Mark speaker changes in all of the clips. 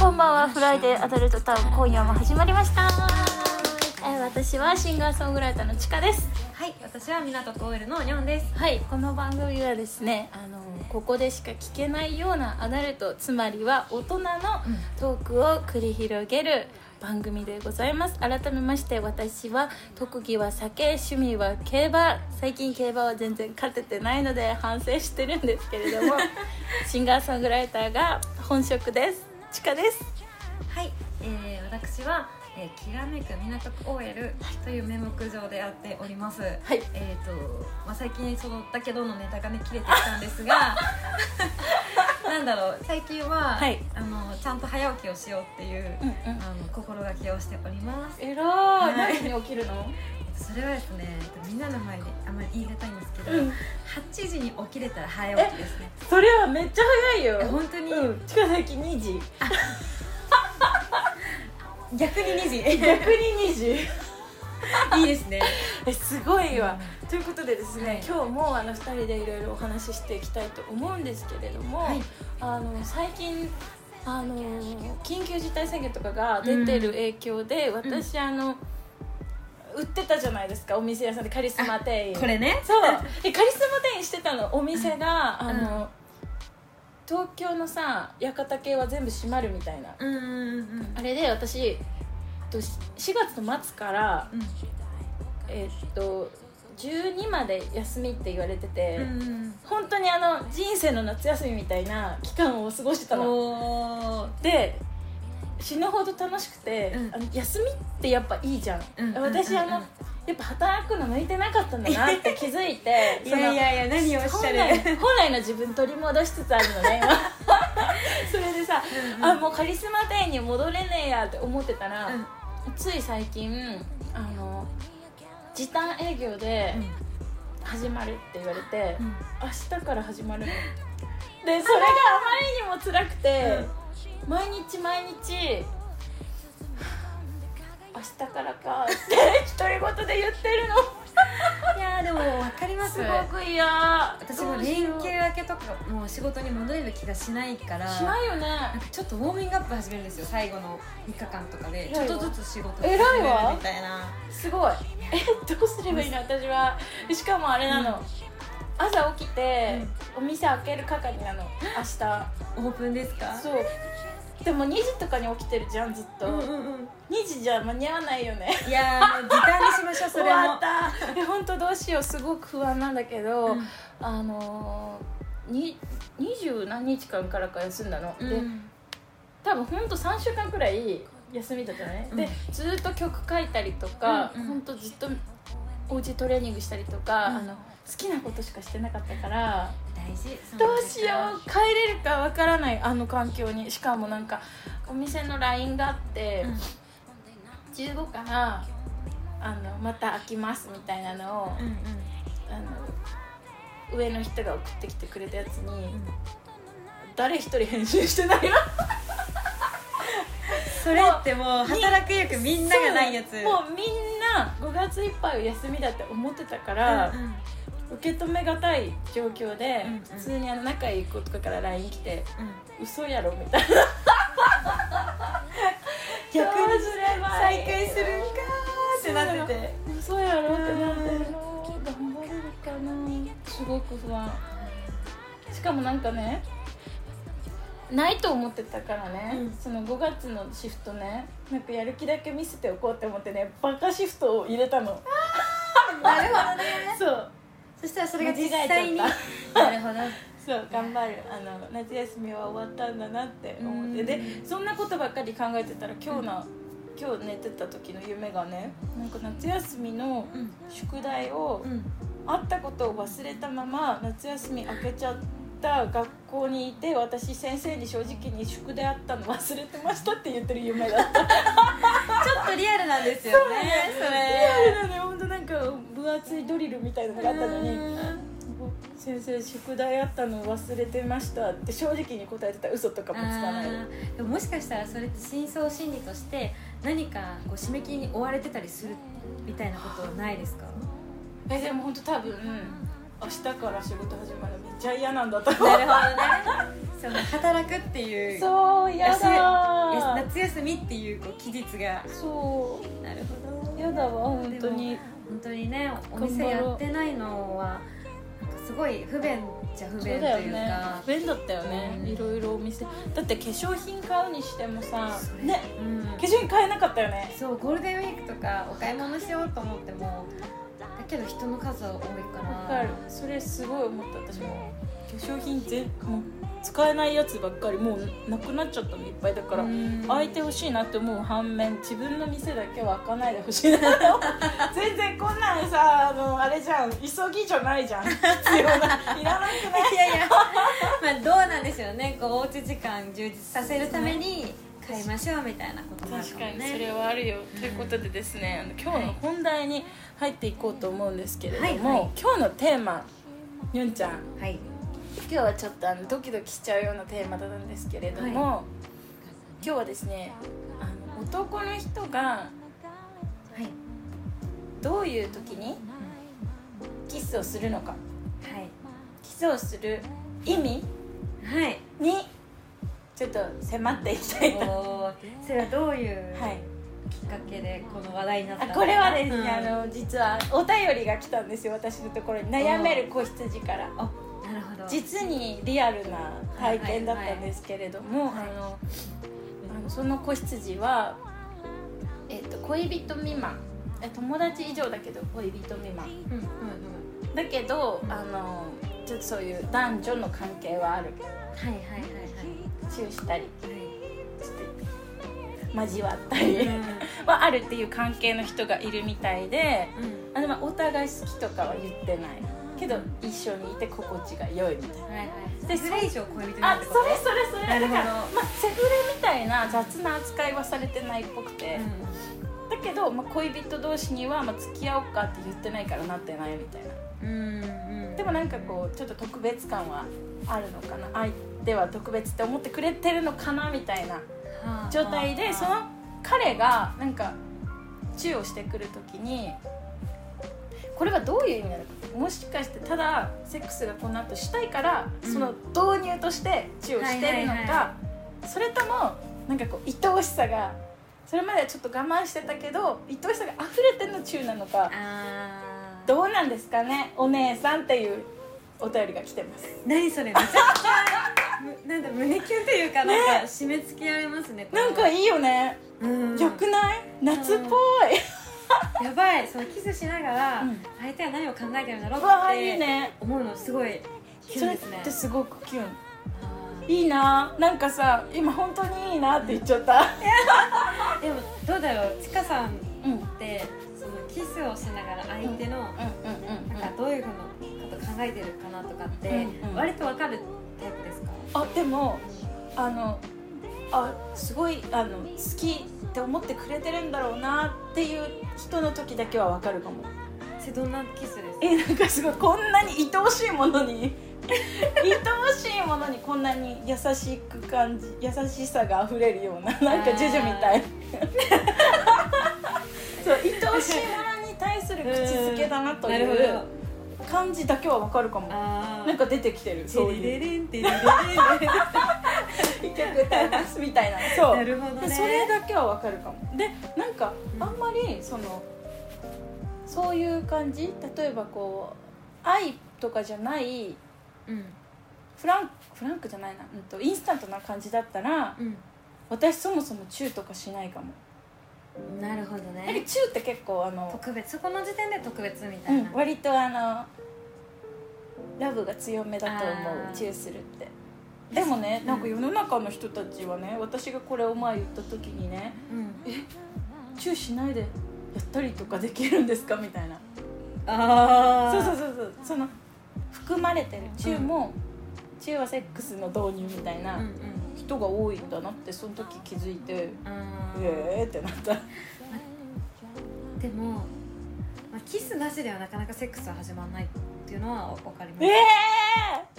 Speaker 1: こんばんはフライデーアダルトタウン今夜も始まりましたえー私はシンガーソングライターのちかです
Speaker 2: はい、私は港コーエルのにょんです。
Speaker 1: はいこの番組はですねあのここでしか聞けないようなアダルトつまりは大人のトークを繰り広げる番組でございます改めまして私は特技は酒趣味は競馬最近競馬は全然勝ててないので反省してるんですけれど もシンガーソングライターが本職ですちかです
Speaker 2: はい、えー、私は、えー、きらめく港区 OL という名目上でやっております。はいえっ、と、まあ、最近そのだけどのネタがね切れてきたんです が、なんだろう最近は、
Speaker 1: はい
Speaker 2: あのちゃんと早起きをしようっていう、
Speaker 1: うんうん
Speaker 2: あの心がけをしております。
Speaker 1: えらい、
Speaker 2: はい
Speaker 1: 何に起きるの
Speaker 2: それはですね、えっとみんなの前であんまり言い難いんですけど、
Speaker 1: うん
Speaker 2: 8時に起きれたら早起きですね。
Speaker 1: それはめっちゃ早い
Speaker 2: いや
Speaker 1: よ
Speaker 2: 本当に、
Speaker 1: うん、ちか最近2時
Speaker 2: 逆に2時 い
Speaker 1: 逆に2時
Speaker 2: いですね。
Speaker 1: えすごいわ、ということでですね、
Speaker 2: はい
Speaker 1: 今日もあの2人でいろいろお話ししていきたいと思うんですけれども、
Speaker 2: はい
Speaker 1: あの最近あの緊急事態宣言とかが出てる影響で、私あの売ってたじゃないですかお店屋さんでカリスマ店員
Speaker 2: これね。
Speaker 1: そうえカリスマ店員してたのお店が、
Speaker 2: ん
Speaker 1: あの、東京のさ屋形系は全部閉まるみたいな、
Speaker 2: うんうんうん
Speaker 1: あれで私えっとし4月の末から
Speaker 2: うん
Speaker 1: えっと12まで休みって言われてて、
Speaker 2: うん
Speaker 1: 本当にあの人生の夏休みみたいな期間を過ごしてたの
Speaker 2: おー
Speaker 1: で死ぬほど楽しくて、
Speaker 2: うん
Speaker 1: あの休みってやっぱいいじゃん、
Speaker 2: うんうんうんうん
Speaker 1: 私あのやっぱ働くの向いてなかったんだなって気 づいて
Speaker 2: いやいやいや何をおっ
Speaker 1: 本
Speaker 2: しゃ
Speaker 1: 来
Speaker 2: る
Speaker 1: 本来の自分取り戻しつつあるのね今 それでさ、
Speaker 2: うん
Speaker 1: あもうカリスマ店員に戻れねえやって思ってたら、
Speaker 2: うん
Speaker 1: つい最近あの時短営業で始まるって言われて、
Speaker 2: うん
Speaker 1: 明日から始ま るのでそれがあまりにも辛くて、毎日毎日明日から かって独り言で言ってるの
Speaker 2: いやーでも分かります
Speaker 1: すごく嫌私
Speaker 2: 私も連休明けとかもう仕事に戻れる気がしないから
Speaker 1: しないよね
Speaker 2: なんかちょっとウォーミングアップ始めるんですよ最後の3日間とかでちょ
Speaker 1: 偉いわ
Speaker 2: っとずつ仕事
Speaker 1: 偉
Speaker 2: め
Speaker 1: いわ
Speaker 2: みたいな
Speaker 1: すごいえどうすればいいの私はしかもあれなの、朝起きて、お店開ける係なの明日
Speaker 2: オープンですか
Speaker 1: そうでも2時とかに起きてるじゃんずっと、
Speaker 2: うんうんうん
Speaker 1: 2時じゃ間に合わないよね
Speaker 2: いやーもう時短にしましょう そ
Speaker 1: 終
Speaker 2: れ
Speaker 1: わ
Speaker 2: も
Speaker 1: ったえ本当どうしようすごく不安なんだけど、
Speaker 2: うん
Speaker 1: あのーに二十何日間からか休んだの、
Speaker 2: う
Speaker 1: で
Speaker 2: ん
Speaker 1: 多分ほんと3週間くらい休みだったのね、
Speaker 2: うん
Speaker 1: でずっと曲書いたりとか、
Speaker 2: うんうん
Speaker 1: ほんとずっとおうちトレーニングしたりとか、
Speaker 2: うん
Speaker 1: あの好きなことしかしてなかったから、
Speaker 2: 大事その
Speaker 1: どうしよう帰れるかわからないあの環境にしかもなんかお店の LINE があって、
Speaker 2: うん
Speaker 1: 15からあのまた開きますみたいなのを、
Speaker 2: うんうん
Speaker 1: あの上の人が送ってきてくれたやつに、
Speaker 2: ん
Speaker 1: 誰一人返信してないわ
Speaker 2: それってもう働く意欲みんながないやつ
Speaker 1: そうもうみんな5月いっぱいは休みだって思ってたから、
Speaker 2: うんうん
Speaker 1: 受け止めがたい状況で、
Speaker 2: うんうん
Speaker 1: 普通にあの仲いい子とかから LINE 来て
Speaker 2: うん
Speaker 1: 「嘘やろ」みたいな
Speaker 2: 逆
Speaker 1: どう
Speaker 2: に
Speaker 1: すればいい
Speaker 2: 再開するんかーってなってて
Speaker 1: 「嘘やろ」ってなってるの頑張れるかなすごく不安しかもなんかねないと思ってたからね、
Speaker 2: うん
Speaker 1: その5月のシフトねなんかやる気だけ見せておこうって思ってねバカシフトを入れたの
Speaker 2: なるほどね
Speaker 1: そう
Speaker 2: そしたらそれが実際に
Speaker 1: 間違え
Speaker 2: なるほど
Speaker 1: そう頑張るあの夏休みは終わったんだなって思っ
Speaker 2: う
Speaker 1: て
Speaker 2: ん
Speaker 1: でそんなことばっかり考えてたら今日の今日寝てた時の夢がねなんか夏休みの
Speaker 2: うん
Speaker 1: 宿題を
Speaker 2: うん
Speaker 1: あったことを忘れたまま夏休み明けちゃった学校にいて私先生に正直に宿題あったの忘れてましたって言ってる夢だった
Speaker 2: ちょっとリアルなんですよねそ
Speaker 1: リアルなね本当なんか分厚いドリルみたいなのがあったのに
Speaker 2: に
Speaker 1: 先生宿題あったの忘れてましたって正直に答えてたら嘘とかもつかない
Speaker 2: でももしかしたらそれって深層心理として何かこう締め切りに追われてたりするみたいなことはないですか
Speaker 1: えで も本当多分明日から仕事始まるめっちゃ嫌なんだと思う
Speaker 2: なるほどね その働くっていう
Speaker 1: そうや
Speaker 2: や
Speaker 1: だ
Speaker 2: 夏休みっていうこう期日が
Speaker 1: そ
Speaker 2: なるほ
Speaker 1: うやだわ本当に
Speaker 2: 本当にねお店やってないのはなんかすごい不便じゃ不
Speaker 1: そ
Speaker 2: 便
Speaker 1: う
Speaker 2: と
Speaker 1: だよ
Speaker 2: いう
Speaker 1: ね
Speaker 2: か
Speaker 1: 不便だったよね、
Speaker 2: うん
Speaker 1: いろいろお店だって化粧品買うにしてもさ
Speaker 2: それ
Speaker 1: ね
Speaker 2: うん
Speaker 1: 化粧品買えなかったよね
Speaker 2: そうゴールデンウィークとかお買い物しようと思ってもだけど人の数は多いから
Speaker 1: わかるそれすごい思った私も化粧品全もう使えないやつばっかりもうなくなっちゃったのいっぱいだから、
Speaker 2: うん
Speaker 1: 開いてほしいなって思う反面自分の店だけは開かないでほしいなって思う全然こんなんさあのあれじゃん急ぎじゃないじゃん必要ないらなくない
Speaker 2: いやいやまあどうなんでしょうねこうおうち時間充実させるために買いましょうみたいなことなの
Speaker 1: 確か
Speaker 2: かも
Speaker 1: にそ
Speaker 2: ね
Speaker 1: れはあるよ、ということでですねあの今日の本題に入っていこうと思うんですけれども、
Speaker 2: はいはい
Speaker 1: 今日のテーマにゅんちゃん
Speaker 2: はい
Speaker 1: 今日はちょっとあのドキドキしちゃうようなテーマだったんですけれども、今日はですねあの男の人が
Speaker 2: はい
Speaker 1: どういう時にキスをするのかキスをする意味
Speaker 2: はいはい
Speaker 1: にちょっと迫っていき たいと。
Speaker 2: おーそれはどういう
Speaker 1: はい、
Speaker 2: きっかけでこの話題になった
Speaker 1: あ
Speaker 2: のか
Speaker 1: これはですね、
Speaker 2: うん
Speaker 1: あの実はお便りが来たんですよ私のところに悩める子羊から
Speaker 2: あなるほど
Speaker 1: 実にリアルな体験だったんですけれども、
Speaker 2: はいはいはい
Speaker 1: あのあのその子羊は、えっと恋人未満え友達以上だけど恋人未満
Speaker 2: うんうんうん
Speaker 1: だけどあのちょっとそういう男女の関係はある
Speaker 2: はいはいはい
Speaker 1: チューしたり
Speaker 2: は
Speaker 1: して交わったり
Speaker 2: いはい
Speaker 1: はあるっていう関係の人がいるみたいで
Speaker 2: うんうん
Speaker 1: あの、まあ、お互い好きとかは言ってないけど一緒にいて心地が良いみたいな。
Speaker 2: はいはい
Speaker 1: で
Speaker 2: それ以上恋人にな
Speaker 1: あ
Speaker 2: るっ
Speaker 1: そ
Speaker 2: て
Speaker 1: れ
Speaker 2: こと
Speaker 1: それそれ
Speaker 2: なる
Speaker 1: だ
Speaker 2: ほ
Speaker 1: か
Speaker 2: ど
Speaker 1: ら、まあ、セフレみたいな雑な扱いはされてないっぽくて、だけど、まあ、恋人同士には、まあ、付き合おうかって言ってないからなってないみたいな
Speaker 2: うんうんうん
Speaker 1: でもなんかこうちょっと特別感はあるのかな相手は特別って思ってくれてるのかなみたいな
Speaker 2: はあ
Speaker 1: 状態
Speaker 2: は
Speaker 1: で
Speaker 2: あ
Speaker 1: その彼がなんかチューをしてくる時にこれはどういう意味なのかもしかしてただセックスがこの後したいから、
Speaker 2: うん
Speaker 1: その導入としてチューをしてるのか、
Speaker 2: はいはいは
Speaker 1: それともなんかこう愛おしさがそれまではちょっと我慢してたけど愛おしさが溢れてるのチューなのか
Speaker 2: あー
Speaker 1: どうなんですかねお姉さんっていうお便りが来てます
Speaker 2: 何それめちゃくちゃ むなんだ胸キュンというかなんか締め付けられますねこれ
Speaker 1: なんかいいよね、
Speaker 2: うん
Speaker 1: よくない夏っぽい、
Speaker 2: やばいそのキスしながら
Speaker 1: うん
Speaker 2: 相手は何を考えてるんだろう
Speaker 1: うわ
Speaker 2: っ
Speaker 1: いい
Speaker 2: て
Speaker 1: ね
Speaker 2: 思うのすごいキ
Speaker 1: そ
Speaker 2: ュン
Speaker 1: れっ
Speaker 2: ですね
Speaker 1: てすごくキュン
Speaker 2: あ
Speaker 1: いいななんかさ今本当にいいなって言っちゃった
Speaker 2: ーでもどうだろうちかさんっ
Speaker 1: うんうんうん
Speaker 2: てそのキスをしながら相手のなんかどういうふうなこと考えてるかなとかって
Speaker 1: うんうん
Speaker 2: 割とわかるタイプですか
Speaker 1: あでもあのあすごいあの好きって思ってくれてるんだろうなっていう人の時だけはわかるかも
Speaker 2: それどんなキスですか
Speaker 1: えなんかすごいこんなに愛おしいものに愛おしいものにこんなに優しく感じ優しさが溢れるようななんかジェジュみたいそう愛おしいものに対する口づけだなと
Speaker 2: ないるほ
Speaker 1: う
Speaker 2: ど
Speaker 1: 感じだけはわかるかも
Speaker 2: あー
Speaker 1: なんか出てきてる
Speaker 2: テ
Speaker 1: そう
Speaker 2: レレ
Speaker 1: いう
Speaker 2: レンテレレレン
Speaker 1: 一曲歌いますみたいなそう
Speaker 2: なるほどね
Speaker 1: でそれだけはわかるかもでなんか
Speaker 2: うん
Speaker 1: あんまりそのそういう感じ例えばこう愛とかじゃない
Speaker 2: うん
Speaker 1: フランフランクじゃないな、うん、とインスタントな感じだったら私そもそもチューとかしないかも
Speaker 2: うんなるほど
Speaker 1: なんか
Speaker 2: ね
Speaker 1: チューって結構あの、
Speaker 2: 特別そこの時点で特別みた
Speaker 1: う、
Speaker 2: いなん
Speaker 1: 割とあのラブが強めだと思
Speaker 2: あー
Speaker 1: うチューするってでもねなんか世の中の人たちはね私がこれを前言った時にね
Speaker 2: うん
Speaker 1: チューしないでやったりとかできるんですかみたいな
Speaker 2: あ
Speaker 1: そうそう
Speaker 2: う
Speaker 1: そうそうその含まれてるチューも、チューはセックスの導入みたいな、
Speaker 2: うんうん
Speaker 1: 人が多いんだなってその時気づいて
Speaker 2: あー
Speaker 1: ええー、ってなった
Speaker 2: でも、まあ、キスなしではなかなかセックスは始まらないっていうのは分かります
Speaker 1: え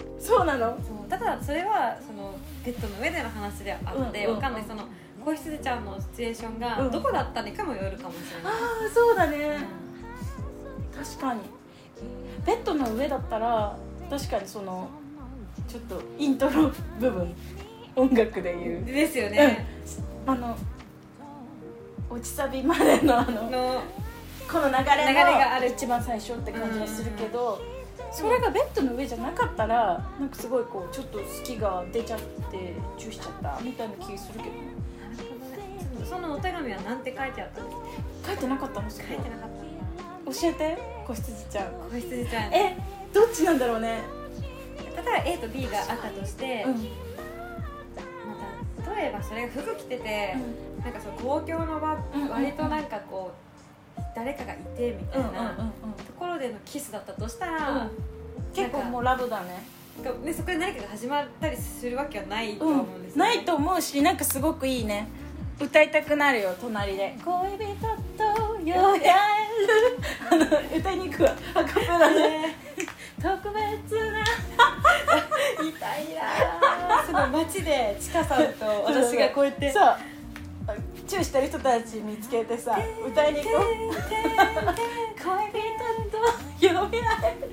Speaker 1: ー、そうなの
Speaker 2: そうただそれはそのベッドの上での話であって、
Speaker 1: うんうん
Speaker 2: わかんないその子羊ちゃんのシチュエーション
Speaker 1: う
Speaker 2: が
Speaker 1: ん
Speaker 2: どこだったのかもよるかもしれない、
Speaker 1: ああそうだね
Speaker 2: うん
Speaker 1: 確かにベッドの上だったら確かにそのちょっとイントロ部分音楽でいう、
Speaker 2: ですよね、
Speaker 1: あの落ちサビまでのあの
Speaker 2: の
Speaker 1: この流れの
Speaker 2: 流れがある
Speaker 1: 一番最初って感じがするけど、それがベッドの上じゃなかったらなんかすごいこうちょっと好きが出ちゃってチューしちゃったみたいな気するけど
Speaker 2: そのお手紙はなんて書いてあったんですか
Speaker 1: 書いてなかったのそ
Speaker 2: 書
Speaker 1: こ
Speaker 2: いてなかった
Speaker 1: 教えて子羊ちゃん
Speaker 2: 子羊ちゃん例え
Speaker 1: えどっちなんだろうね
Speaker 2: ば A と B があったとして、
Speaker 1: うん、
Speaker 2: また例えばそれが服着てて、なんかその公共の場、
Speaker 1: うんうんうん
Speaker 2: 割となんかこう誰かがいてみたいな、
Speaker 1: う
Speaker 2: ところでのキスだったとしたら、
Speaker 1: ん結構もうラブだね
Speaker 2: なんかね、そこで何かが始まったりするわけはないと
Speaker 1: う
Speaker 2: 思
Speaker 1: ん
Speaker 2: うんですよね
Speaker 1: ないと思うしなんかすごくいいね歌いたくなるよ隣で「恋人とよやる」あの歌いに行くわアカペラで
Speaker 2: ね
Speaker 1: 特別な
Speaker 2: 痛いなーその街でちかさんと 私がこうやって
Speaker 1: そうチューしてる人たち見つけてさ歌 いに行こう恋人とよやる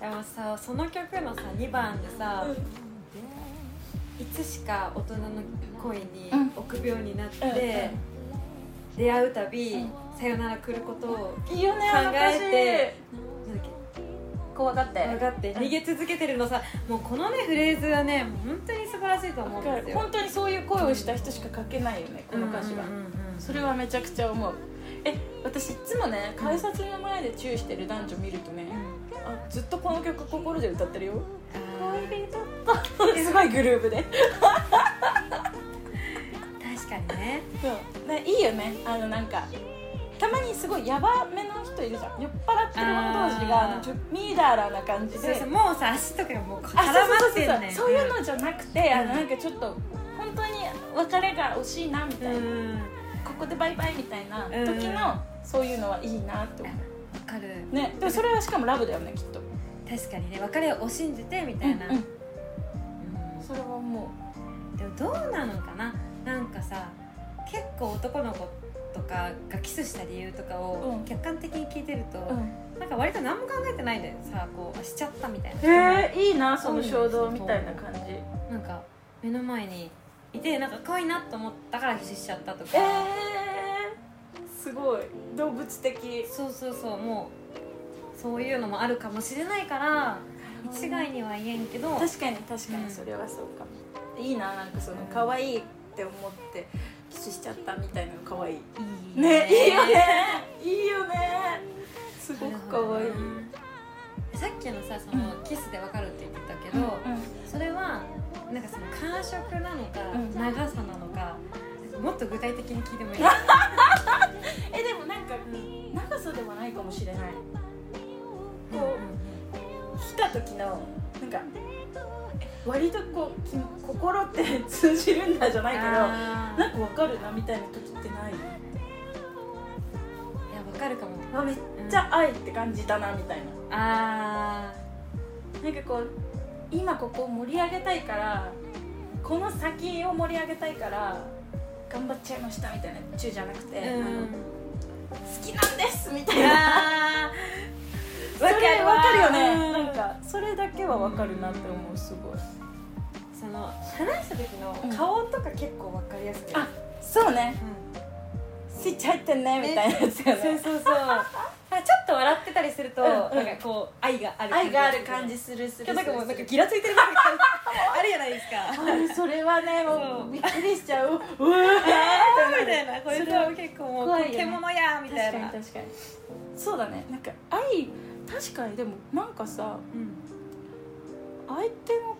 Speaker 2: でもさその曲のさ2番でさ、いつしか大人の恋に
Speaker 1: うん
Speaker 2: 臆病になって、
Speaker 1: うんうん
Speaker 2: 出会うたび、
Speaker 1: うん
Speaker 2: さよなら来ることを
Speaker 1: いいよね
Speaker 2: 考
Speaker 1: あの歌詞
Speaker 2: えなんだっけ
Speaker 1: 怖がって
Speaker 2: 分かって逃げ続けてるのさもうこのねフレーズはねもう本当に素晴らしいと思うんですよ
Speaker 1: 本当にそういう恋をした人しか書けないよねこの歌詞は、
Speaker 2: うんうんうんうん
Speaker 1: それはめちゃくちゃ思うえ私いつもね改札の前でチューしてる男女見るとね、
Speaker 2: うん
Speaker 1: あずっとこの曲心で歌ってるよ
Speaker 2: あー
Speaker 1: 恋人と すごいグループで
Speaker 2: 確かにね
Speaker 1: そうねいいよねあのなんかたまにすごいヤバめの人いるじゃん酔っ払ってる者同士が
Speaker 2: あー
Speaker 1: あのちょミーダーラーな感じ
Speaker 2: そう
Speaker 1: で
Speaker 2: そうもうさ足とかがもう絡ま
Speaker 1: あそうそう
Speaker 2: っ
Speaker 1: そう
Speaker 2: て
Speaker 1: そ
Speaker 2: る
Speaker 1: う
Speaker 2: ね
Speaker 1: そういうのじゃなくて、あの
Speaker 2: うん
Speaker 1: なんかちょっと本当に別れが惜しいなみたいな、
Speaker 2: うんわ
Speaker 1: ここでバイバイみたいな時の、そういうのはいいなって思
Speaker 2: かる
Speaker 1: うねでもそれはしかもラブだよねきっと
Speaker 2: 確かにね別れを惜しんでてみたいな、
Speaker 1: うんうん
Speaker 2: うん
Speaker 1: それはも
Speaker 2: でもどうなのかななんかさ結構男の子とかがキスした理由とか
Speaker 1: う
Speaker 2: を
Speaker 1: ん
Speaker 2: 客観的に聞いてると、
Speaker 1: う、
Speaker 2: なんか割と何も考えてないんだよさこうあしちゃったみたいな、
Speaker 1: へえいいなその衝動みたいな感じえ
Speaker 2: なんか目の前にいてなんか可愛いなと思ったからキスしちゃったとか、
Speaker 1: ー、すごい動物的
Speaker 2: そうそうそうもうそういうのもあるかもしれないから一概には言えんけど
Speaker 1: 確かに確か
Speaker 2: う
Speaker 1: に
Speaker 2: ん
Speaker 1: それはそうかも、いいななんかその可愛いって思ってキスしちゃったみたいなの可愛い
Speaker 2: いい
Speaker 1: ねいいよねいいよねすごく可愛い
Speaker 2: さっきのさそのキスでわかるって言ってたけど、それはなんかその感触なのか、
Speaker 1: うん
Speaker 2: 長さなのかもっと具体的に聞 いてもいい
Speaker 1: えでもなんか
Speaker 2: うんうん
Speaker 1: 長さではないかもしれない
Speaker 2: うん
Speaker 1: こう来た時のなんか割とこうき心って通じるんだじゃないけど
Speaker 2: あー
Speaker 1: なんかわかるなみたいな時ってない
Speaker 2: いやわかるかも
Speaker 1: あめっちゃ愛って感じだなみたいな
Speaker 2: あ
Speaker 1: なんかこう今ここを盛り上げたいからこの先を盛り上げたいから頑張っちゃいましたみたいな「チュー」じゃなくて、
Speaker 2: ーう
Speaker 1: あの
Speaker 2: ん
Speaker 1: 好きなんですみたいな
Speaker 2: あー
Speaker 1: それわかるよね
Speaker 2: うん
Speaker 1: なんかそれだけはわかるなって思うすごい
Speaker 2: その話した時の顔とか結構わかりやすい、
Speaker 1: あそうね
Speaker 2: う
Speaker 1: スイッチ入ってんねみたいなやつよ
Speaker 2: ん、そう
Speaker 1: ね
Speaker 2: そ うそうなんかちょっと笑ってたりすると、
Speaker 1: うんうん
Speaker 2: なんかこう愛がある
Speaker 1: 愛がある感じするする
Speaker 2: 今日なんかもうなん
Speaker 1: す
Speaker 2: か
Speaker 1: る
Speaker 2: ギラついてる感じ あるじゃないですか
Speaker 1: あそれはね
Speaker 2: そ
Speaker 1: もう
Speaker 2: う
Speaker 1: びっくりしちゃ ううわー
Speaker 2: みたいなこれ
Speaker 1: それは
Speaker 2: は結構もう
Speaker 1: 怖いよね
Speaker 2: 獣やみた
Speaker 1: 確
Speaker 2: い
Speaker 1: か
Speaker 2: な
Speaker 1: に確かにそうだねなんか愛確かにでもなんかさ
Speaker 2: うん
Speaker 1: 相手の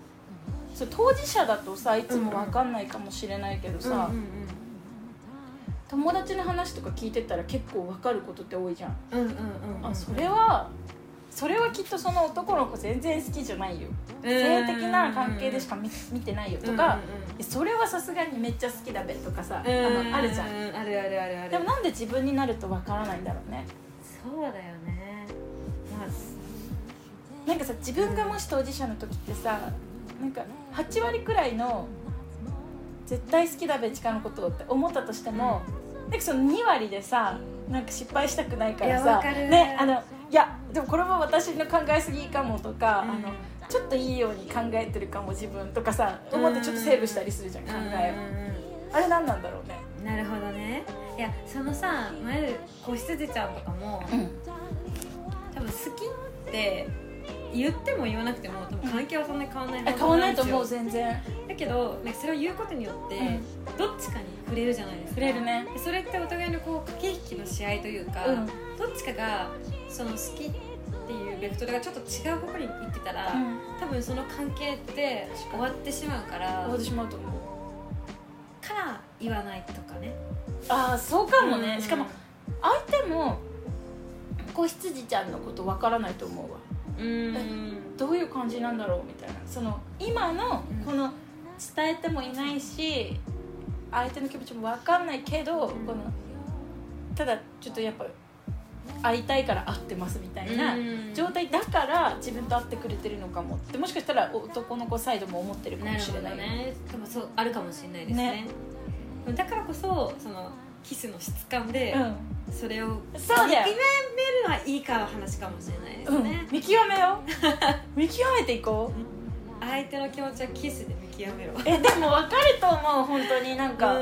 Speaker 1: そう当事者だとさいつも分かんないかもしれないけどさ、
Speaker 2: うん
Speaker 1: 友達の話とか聞いてたら結構分かることって多いじゃん、
Speaker 2: うんうんうんうん
Speaker 1: あそれはそれはきっとその男の子全然好きじゃないよ性的な関係でしか見見てないよとか、いやそれはさすがにめっちゃ好きだべとかさ、
Speaker 2: うんうんうん
Speaker 1: あのあるじゃん
Speaker 2: うあるあるあるある
Speaker 1: でもなんで自分になると分からないんだろうね
Speaker 2: そうだよねまあ
Speaker 1: なんかさ自分がもし当事者の時ってさなんか8割くらいの絶対好きだべちかのことをって思ったとしても、なんかその2割でさなんか失敗したくないから
Speaker 2: いやわ
Speaker 1: さ
Speaker 2: かる
Speaker 1: ねあのいやでもこれは私の考えすぎかもとか、
Speaker 2: うん
Speaker 1: あのちょっといいように考えてるかも自分とかさ思ってちょっとセーブしたりするじゃん考えをあれ何なんだろうね
Speaker 2: うんなるほどねいやそのさ前子羊ちゃんとかも、
Speaker 1: うん
Speaker 2: 多分好きって言っても言わなくても多分関係はそんなに変わらないはず
Speaker 1: 買わないと
Speaker 2: んですよ
Speaker 1: 思う全然
Speaker 2: だけどなんかそれを言うことによって、
Speaker 1: う
Speaker 2: どっちかに触れるじゃないですか
Speaker 1: 触れるね
Speaker 2: でそれってお互いのこう駆け引きの試合というか、
Speaker 1: うん
Speaker 2: どっちかがその好きっていうベクトルがちょっと違う方向に行ってたら、多分その関係って終わってしまうから
Speaker 1: 終わってしまうと思う
Speaker 2: から言わないとかね
Speaker 1: ああそうかもね
Speaker 2: うん
Speaker 1: しかも相手も子羊ちゃんのことわからないと思うわ
Speaker 2: うん
Speaker 1: どういう感じなんだろうみたいなその今の
Speaker 2: うん
Speaker 1: この伝えてもいないし相手の気持ちも分かんないけど、
Speaker 2: うん
Speaker 1: このただちょっとやっぱ会いたいから会ってますみたいな
Speaker 2: うん
Speaker 1: 状態だから自分と会ってくれてるのかもってもしかしたら男の子サイドも思ってるか
Speaker 2: な
Speaker 1: も
Speaker 2: る
Speaker 1: し
Speaker 2: ほ
Speaker 1: れ
Speaker 2: ど
Speaker 1: ないよ
Speaker 2: ね多分そうあるかもしれないですねだからこそそのキスの質感で、それを
Speaker 1: うん、そうだ
Speaker 2: 見
Speaker 1: よ
Speaker 2: 極、めるのはいいか話かもしれないで
Speaker 1: う
Speaker 2: す
Speaker 1: ん
Speaker 2: ね、、
Speaker 1: 見極めよう見極めていこう
Speaker 2: 相手の気持ちはキスで見極めろ
Speaker 1: えでも分かると思う本当になんか、
Speaker 2: う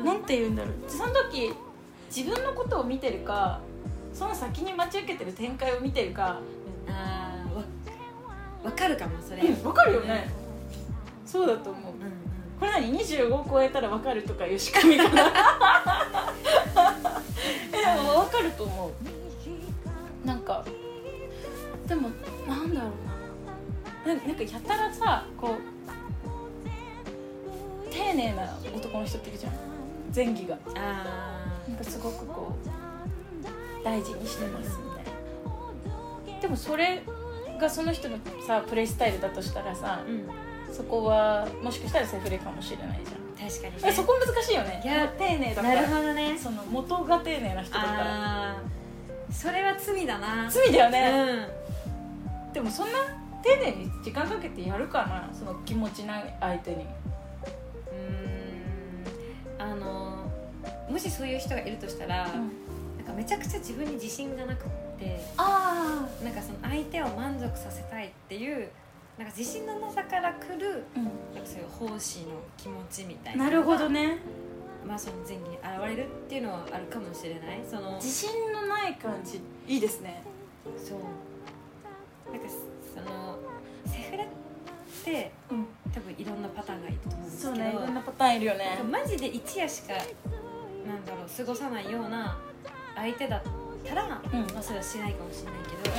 Speaker 2: ん
Speaker 1: なんて言うんだろうその時自分のことを見てるかその先に待ち受けてる展開を見てるか、
Speaker 2: あーわわかるかもそれ、
Speaker 1: うん、分かるよね、そうだと思う
Speaker 2: うんうん
Speaker 1: これ何25超えたら分かるとかいう仕組みかな えでも分かると思うなんかでもなんだろうなななんかやたらさこう丁寧な男の人っているじゃん前儀が
Speaker 2: あ
Speaker 1: なんかすごくこう大事にしてますみたいなでもそれがその人のさプレイスタイルだとしたらさ
Speaker 2: ーうん
Speaker 1: そこはもしかしたらセフレかもしれないじゃ
Speaker 2: 確かに、
Speaker 1: ん
Speaker 2: ね、
Speaker 1: えそこ難しいよね
Speaker 2: いや
Speaker 1: 丁寧だか
Speaker 2: なる
Speaker 1: ら
Speaker 2: ほどね
Speaker 1: その元が丁寧な人だから
Speaker 2: あーそれは罪だな
Speaker 1: 罪だよ
Speaker 2: う
Speaker 1: ね、
Speaker 2: ん
Speaker 1: でもそんな丁寧に時間かけてやるかなその気持ちない相手に
Speaker 2: うーんあのもしそういう人がいるとしたら、なんかめちゃくちゃ自分に自信がなくって
Speaker 1: あ
Speaker 2: なんかその相手を満足させたいっていうなんか自信のなさからくる
Speaker 1: あ、
Speaker 2: なんかそういう奉仕の気持ちみたいな
Speaker 1: なるほどね
Speaker 2: まあその前儀に現れるっていうのはあるかもしれないその
Speaker 1: 自信のない感じいいですね
Speaker 2: そうなんかそのセフレって
Speaker 1: うん
Speaker 2: 多分いろんなパターンがいると思うんですけ
Speaker 1: そ
Speaker 2: ど
Speaker 1: うねいろんなパターンいるよね
Speaker 2: マジで一夜しかなんだろう過ごさないような相手だったら、
Speaker 1: うん
Speaker 2: まあ、それはしないかもしれないけど、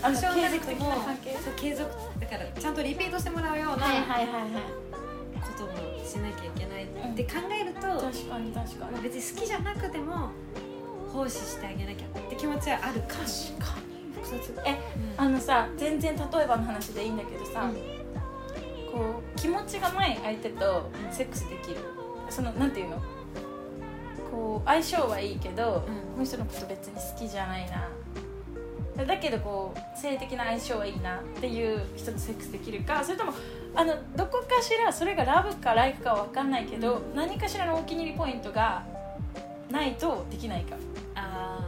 Speaker 1: あの
Speaker 2: しょうがなくても
Speaker 1: 関係
Speaker 2: そう継続だからちゃんとリピートしてもらうような
Speaker 1: はいはいはい
Speaker 2: こともしなきゃいけないって考えると、
Speaker 1: 確かに確かに
Speaker 2: まあ別に好きじゃなくても奉仕してあげなきゃって気持ちはあるかもし
Speaker 1: 確かに
Speaker 2: れ
Speaker 1: え
Speaker 2: ない、うん
Speaker 1: あのさ全然例えばの話でいいんだけどさ、
Speaker 2: うん
Speaker 1: こう気持ちがない相手とセックスできるそのなんていうのこう相性はいいけど、
Speaker 2: うん
Speaker 1: この人のこと別に好きじゃないなだけどこう性的な相性はいいなっていう人とセックスできるかそれともあのどこかしらそれがラブかライクかは分かんないけど、何かしらのお気に入りポイントがないとできないか
Speaker 2: あ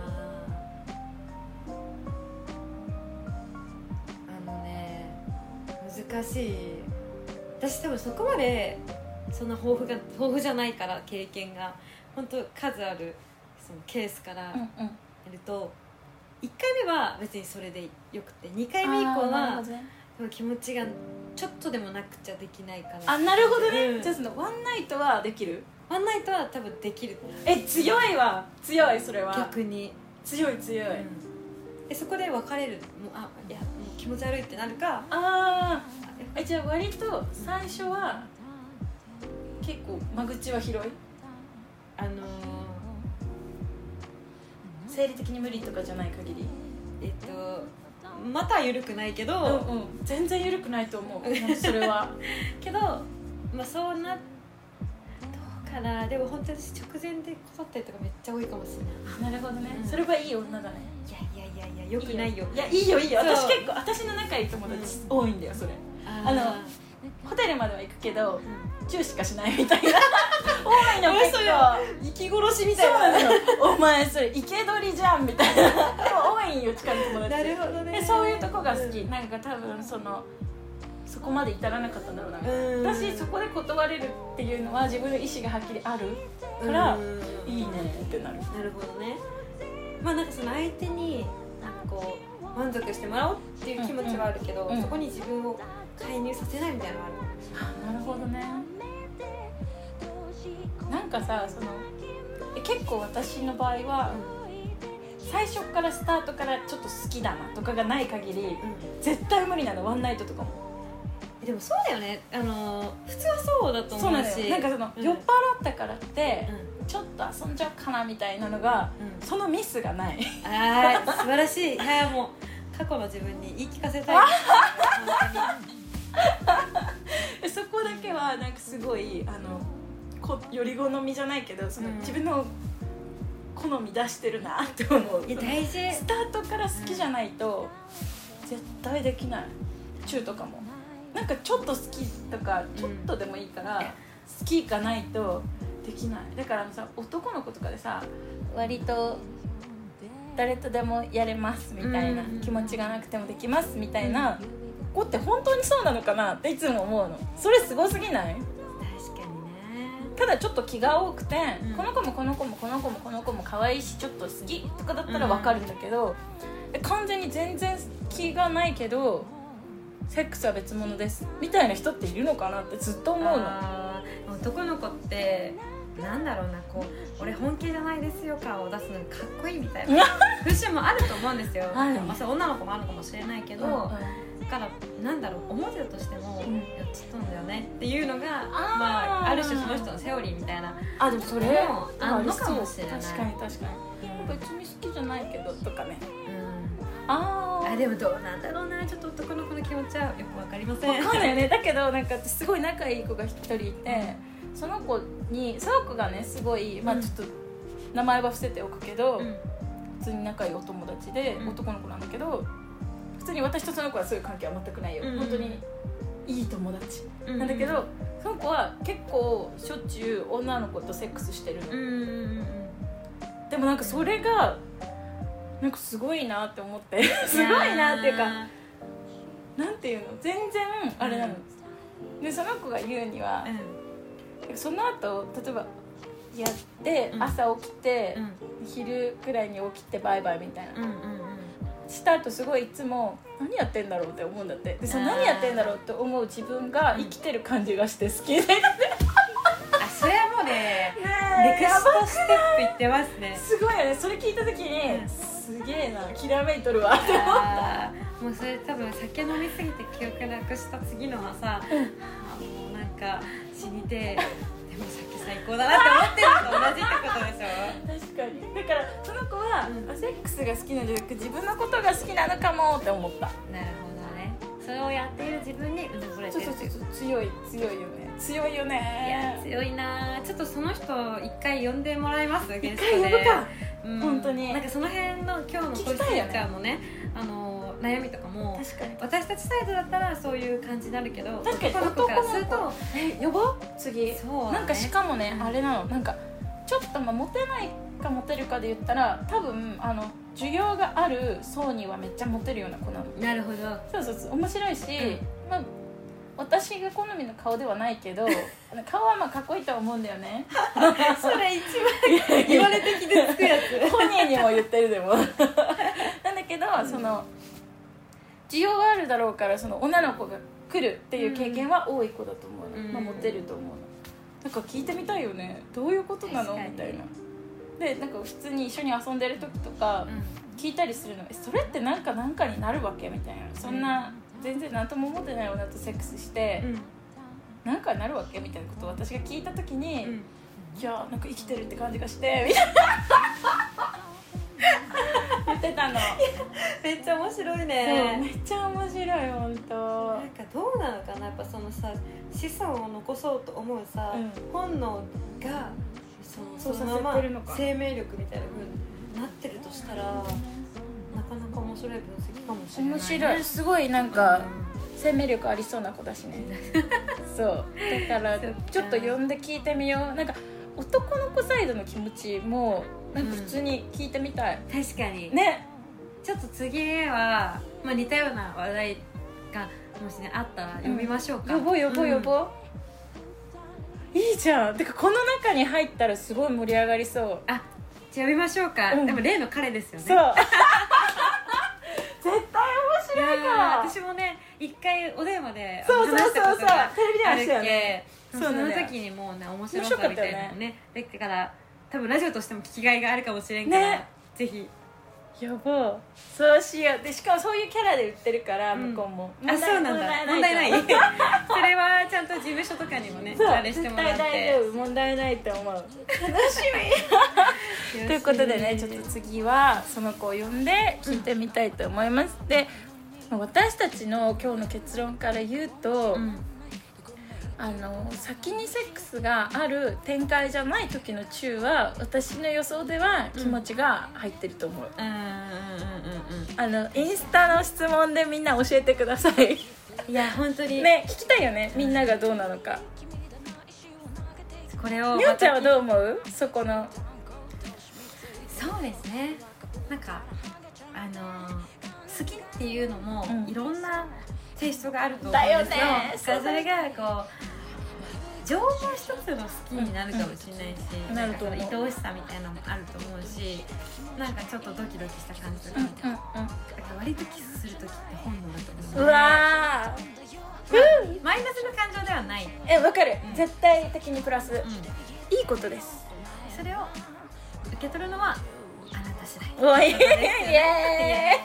Speaker 2: ーあのね難しい私多分そこまでそんな豊富が豊富じゃないから経験が本当数あるそのケースからや
Speaker 1: うんうん
Speaker 2: ると、1回目は別にそれでよくて2回目以降
Speaker 1: あーなるほ
Speaker 2: は
Speaker 1: どね
Speaker 2: 多分気持ちがちょっとでもなくちゃできないかな
Speaker 1: あなるほどね、
Speaker 2: うん
Speaker 1: じゃあそのワンナイトはできる
Speaker 2: ワンナイトは多分できる
Speaker 1: え強いわ強いそれは
Speaker 2: 逆に
Speaker 1: 強い強い、
Speaker 2: でそこで別れるもうあいやもう気持ち悪いってなるか
Speaker 1: あ
Speaker 2: あやっ
Speaker 1: ーえじゃあ割と最初は結構間口は広い
Speaker 2: ぱあのー
Speaker 1: 生理的に無理とかじゃない限り
Speaker 2: えっとまたは緩くないけど、
Speaker 1: うんうん全然緩くないと思 うなんかそれは
Speaker 2: けど、まあ、そうなどうかなでも本当に私直前でこそったりとかめっちゃ多いかもしれな
Speaker 1: なるほどね、
Speaker 2: うん
Speaker 1: それはいい女だね
Speaker 2: いいやいやいやいやよくないよ
Speaker 1: いやいいよいいよ
Speaker 2: そう
Speaker 1: 私結構私の仲いい友達多いんだよそれ
Speaker 2: あ
Speaker 1: あのホテルまでは行くけどチューしかしないみたいな 多 いの結
Speaker 2: そ
Speaker 1: 構
Speaker 2: 息殺しみ
Speaker 1: そう
Speaker 2: たい
Speaker 1: なのよ お前それ生け捕りじゃんみたいなでも多いんよ近い友
Speaker 2: な
Speaker 1: 達
Speaker 2: なるほどね
Speaker 1: でそういうとこが好き、
Speaker 2: うん
Speaker 1: なんか多分そのそこまで至らなかったんだろうな、
Speaker 3: うん
Speaker 1: 私そこで断れるっていうのは自分の意思がはっきりあるから、
Speaker 3: うん
Speaker 1: いいねってなる
Speaker 3: なるほどねまあなんかその相手になんかこう満足してもらおうっていう気持ちはあるけど、
Speaker 1: うんうん
Speaker 3: そこに自分を介入させないみたいなのはある
Speaker 1: なるほどねなんかさそのえ結構私の場合は最初からスタートからちょっと好きだなとかがない限り絶対無理なのワンナイトとかも
Speaker 3: えでもそうだよねあのー普通はそうだと
Speaker 1: そ
Speaker 3: 思
Speaker 1: うな
Speaker 3: うん
Speaker 1: です
Speaker 3: し
Speaker 1: よなんかその、
Speaker 3: うん
Speaker 1: 酔っ払ったからって
Speaker 3: うん、
Speaker 1: ちょっと遊んじゃおうかなみたいなのが
Speaker 3: うん
Speaker 1: そのミスがない
Speaker 3: あ ー素晴らしいはいもう過去の自分に言い聞かせ たい本
Speaker 1: そこだけはなんかすごいあのこより好みじゃないけどその、
Speaker 3: うん
Speaker 1: 自分の好み出してるなって思う
Speaker 3: 当にいや大事
Speaker 1: スタートから好きじゃないと絶対できない中とかもなんかちょっと好きとかちょっとでもいいから好きがないとできないだからあのさ男の子とかでさ割と誰とでもやれますみたいな
Speaker 3: うん
Speaker 1: 気持ちがなくてもできますみたいな子って本当にそうなのかなっていつも思うのそれすごすぎない
Speaker 3: 確かにね
Speaker 1: ただちょっと気が多くて、
Speaker 3: うん
Speaker 1: この子もこの子もこの子もこの子も可愛いしちょっと好きとかだったらわかるんだけど、え完全に全然気がないけどセックスは別物ですみたいな人っているのかなってずっと思うの
Speaker 3: あ
Speaker 2: うん男の子ってなんだろうなこう俺本気じゃないですよ感を出すのがかっこいいみたいな節もあると思うんですよ、
Speaker 1: はい
Speaker 2: まあ、それ女の子もあるのかもしれないけど、
Speaker 1: う
Speaker 2: だからなんだろう表だとしても、
Speaker 1: うん
Speaker 2: いやちょっとなんだよねっていうのが
Speaker 1: ー
Speaker 2: まあ、ある種その人のセオリーみたいな、
Speaker 1: んあでもそれ
Speaker 2: でも
Speaker 1: あ
Speaker 2: あ
Speaker 1: り
Speaker 2: るの
Speaker 1: そ
Speaker 2: か
Speaker 1: う
Speaker 2: もしれない
Speaker 1: 確かに確かに別に好きじゃないけどとかねあ
Speaker 2: うん
Speaker 1: ー
Speaker 2: あでもどうなんだろうなちょっと男の子の気持ちはよくわかりません
Speaker 1: わかんないよねだけどなんか私すごい仲いい子が一人いてその子にその子がねすごいまあ
Speaker 2: うん
Speaker 1: ちょっと名前は伏せておくけど、
Speaker 2: うん
Speaker 1: 普通に仲いいお友達で、
Speaker 2: うん
Speaker 1: 男の子なんだけど普通に私とその子はそういう関係は全くないよ、
Speaker 2: うん
Speaker 1: 本当にいい友達
Speaker 2: う
Speaker 1: なんだけど、その子は結構しょっちゅう女の子とセックスしてるの、
Speaker 2: うんうんうん
Speaker 1: でもなんかそれがなんかすごいなって思ってすごいなっていうかなんていうの全然あれなの、でその子が言うには、
Speaker 2: うん
Speaker 1: その後例えばやって
Speaker 2: うん
Speaker 1: 朝起きて
Speaker 2: う、ん
Speaker 1: 昼くらいに起きてバイバイみたいな、
Speaker 2: うんうんうん
Speaker 1: した後すごいいつも何やってんだろうって思うんだってでその
Speaker 2: あー
Speaker 1: 何やってんだろうって思う自分が生きてる感じがして好きでね
Speaker 2: あそれはもうね
Speaker 1: え
Speaker 3: 歴
Speaker 1: や
Speaker 3: 史
Speaker 1: ば
Speaker 3: とステップいってますね
Speaker 1: すごいよねそれ聞いた時に、
Speaker 2: うん
Speaker 1: すげえなきらめいとるわって
Speaker 2: あーもうそれ多分酒飲みすぎて記憶なくした次のはさ、あもうなんか死にてでも酒最高だなって思ってるのと同じってことでしょ
Speaker 1: 確かにだからその子は、
Speaker 2: うん
Speaker 1: あセックスが好きなんじゃなくて自分のことが好きなのかもって思った
Speaker 2: なるほどねそれをやっている自分にうぬぼれて
Speaker 1: そう
Speaker 2: る
Speaker 1: そうそうそう強い強いよね強いよ
Speaker 2: いや
Speaker 1: ね
Speaker 2: 強いなあちょっとその人一回呼んでもらいますゲスト
Speaker 1: 一回呼ぶ
Speaker 2: で
Speaker 1: か
Speaker 2: うん
Speaker 1: 本当に
Speaker 2: なんかその辺の今日の
Speaker 1: 聞き
Speaker 2: 小石
Speaker 1: たいよね
Speaker 2: ちゃんのねあの悩みとかも
Speaker 1: 確かに
Speaker 2: 私たちサイドだったらそういう感じになるけど
Speaker 1: 確かに
Speaker 2: 男の子からすると
Speaker 1: 男のえ呼ぼう次
Speaker 2: そうだね
Speaker 1: なんかしかもね
Speaker 2: うん
Speaker 1: あれなのなんかちょっとまあモテないかモテるかで言ったら多分あの需要がある層にはめっちゃモテるような子なの
Speaker 2: なるほど
Speaker 1: そうそうそう面白いし、
Speaker 2: う
Speaker 1: まあ私が好みの顔ではないけ どあの顔はまあかっこいいとは思うんだよ ね
Speaker 3: それ一番言われて傷つくやつ
Speaker 1: 本人にも言ってるでも なんだけど、その需要はあるだろうからその女の子が来るっていう経験は多い子だと思うの、
Speaker 2: うん
Speaker 1: まあ、モテると思うのなんか聞いてみたいよねどういうことなの
Speaker 2: 確かに
Speaker 1: みたいなでなんか普通に一緒に遊んでる時とか聞いたりするのえそれってなんかなんかになるわけみたいなそんな全然何とも思ってない女とセックスして、
Speaker 2: うん
Speaker 1: なんかになるわけみたいなことを私が聞いた時に、
Speaker 2: うん
Speaker 1: いやなんか生きてるって感じがしてみたいな言ってたの、
Speaker 3: めっちゃ面白い
Speaker 1: そうめ
Speaker 3: ね
Speaker 1: っちゃ面白い本当
Speaker 3: なんかどうなのかなやっぱそのさ子孫を残そうと思うさ、
Speaker 1: うん
Speaker 3: 本能がそ
Speaker 1: そう
Speaker 3: のそ
Speaker 1: さ
Speaker 3: のま
Speaker 1: せてるのか
Speaker 3: ま生命力みたいな風になってるとしたらなかなか面白い分析かもしれない
Speaker 1: 面白いすごいなんか生命力ありそうな子だしね そうだから
Speaker 2: そっか
Speaker 1: ちょっと呼んで聞いてみようなんか男の子サイドの気持ちもなんか普通に聞いてみたい、
Speaker 2: 確かに
Speaker 1: ね
Speaker 2: ちょっと次は、まあ、似たような話題がもしねあったら読みましょうか、
Speaker 1: 呼ぼう呼ぼう
Speaker 2: うん
Speaker 1: 呼ぼういいじゃんてかこの中に入ったらすごい盛り上がりそう
Speaker 2: あじゃあ呼びましょうか、
Speaker 1: うん
Speaker 2: でも例の彼ですよね
Speaker 1: そう 絶対面白い
Speaker 2: いや
Speaker 1: から
Speaker 2: ー私もね一回お電話で
Speaker 1: そうそうそう
Speaker 2: 話
Speaker 1: そう
Speaker 2: したことが
Speaker 1: テレビで
Speaker 2: あ
Speaker 1: 話
Speaker 2: る
Speaker 1: したよ
Speaker 2: け
Speaker 1: ね
Speaker 2: そ
Speaker 1: そうなん
Speaker 2: の
Speaker 1: だよ
Speaker 2: 時にもうね面白さみた
Speaker 1: 面白か
Speaker 2: いなの
Speaker 1: った
Speaker 2: を
Speaker 1: よ
Speaker 2: ねでだから多分ラジオとしても聞きがいがあるかもしれんから、
Speaker 1: ね
Speaker 2: ぜひ
Speaker 1: やばうそうしようでしかもそういうキャラで売ってるから
Speaker 2: うん
Speaker 1: 向こうも、
Speaker 2: あそうなんだ問題ないそ れはちゃんと事務所とかにもね
Speaker 1: そう
Speaker 2: あれして
Speaker 1: 絶
Speaker 2: もら
Speaker 1: 対
Speaker 2: っ
Speaker 1: 大丈
Speaker 2: て
Speaker 1: 夫問題ないと思う楽しみということでねちょっと次はその子を呼んで聞いてみたいと思います、で私たちの今日の結論から言うと、
Speaker 2: うん
Speaker 1: あの先にセックスがある展開じゃない時のチューは私の予想では気持ちが入ってると思う、
Speaker 2: うんうんうんうん
Speaker 1: あのインスタの質問でみんな教えてください
Speaker 2: うんいや本当に、
Speaker 1: ね聞きたいよねみんながどうなのか
Speaker 2: これを
Speaker 1: みおちゃんは
Speaker 2: う
Speaker 1: どう思うそこの
Speaker 2: そうですねなんかあのー好きっていうのも、
Speaker 1: うん
Speaker 2: いろんな性質があると思
Speaker 1: だよ
Speaker 2: うん
Speaker 1: ね
Speaker 2: ですよ
Speaker 1: そう
Speaker 2: それがこう情報一つの好きになるかもしれないし、
Speaker 1: うんなると思う
Speaker 2: なんかその愛おしさみたいなのもあると思うしなんかちょっとドキドキした感じとかも
Speaker 1: うんうん
Speaker 2: だから割とキスする時って本能だと思うので
Speaker 1: うわー
Speaker 2: マイナスの感情ではない、
Speaker 1: えわかる
Speaker 2: うん
Speaker 1: 絶対的にプラス
Speaker 2: うん、
Speaker 1: いいことです
Speaker 2: それを受け取るのはあなた次第
Speaker 1: おいイ
Speaker 2: イ
Speaker 1: エーイ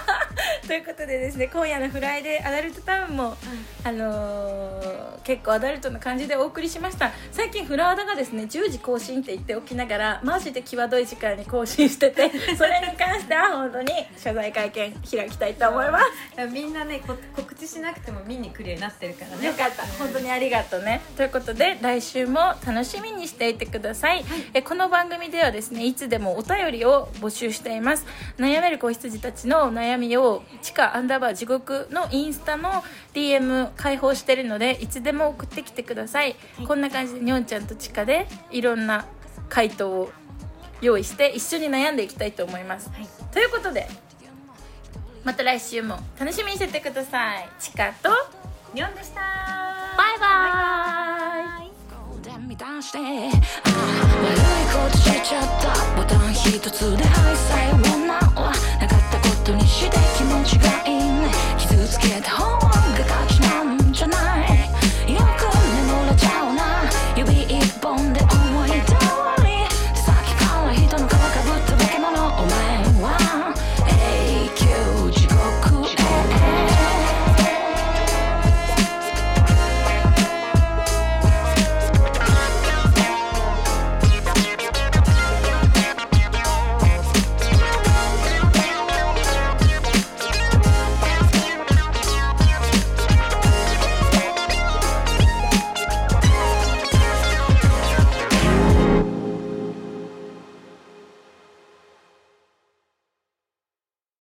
Speaker 1: ということでですね今夜の「フライデーアダルトタウンも」あのー結構アダルトな感じでお送りしました最近フラワダがですね10時更新って言っておきながらマジで際どい時間に更新して てそれに関しては本当に謝罪会見開きたいと思います
Speaker 2: みんなねこ告知しなくても見に来るようになってるからね
Speaker 1: よかった本当にありがとうねということで来週も楽しみにしていてください、えこの番組ではですねいつでもお便りを募集しています悩める子羊たちのお悩みを地下アンダーバー地獄のインスタの DM 開放してるのでいつでも送ってきてください、こんな感じでにょんちゃんと地下でいろんな回答を用意して一緒に悩んでいきたいと思います、
Speaker 2: はい
Speaker 1: ということでまた来週も楽しみにしててください地下と
Speaker 2: ニョンでした
Speaker 1: バイバイ
Speaker 4: 乱してあ悪いことしちゃったボタン一つで愛さえもなはなかったことにして気持ちがいいね傷つけた方が勝ちなんじゃない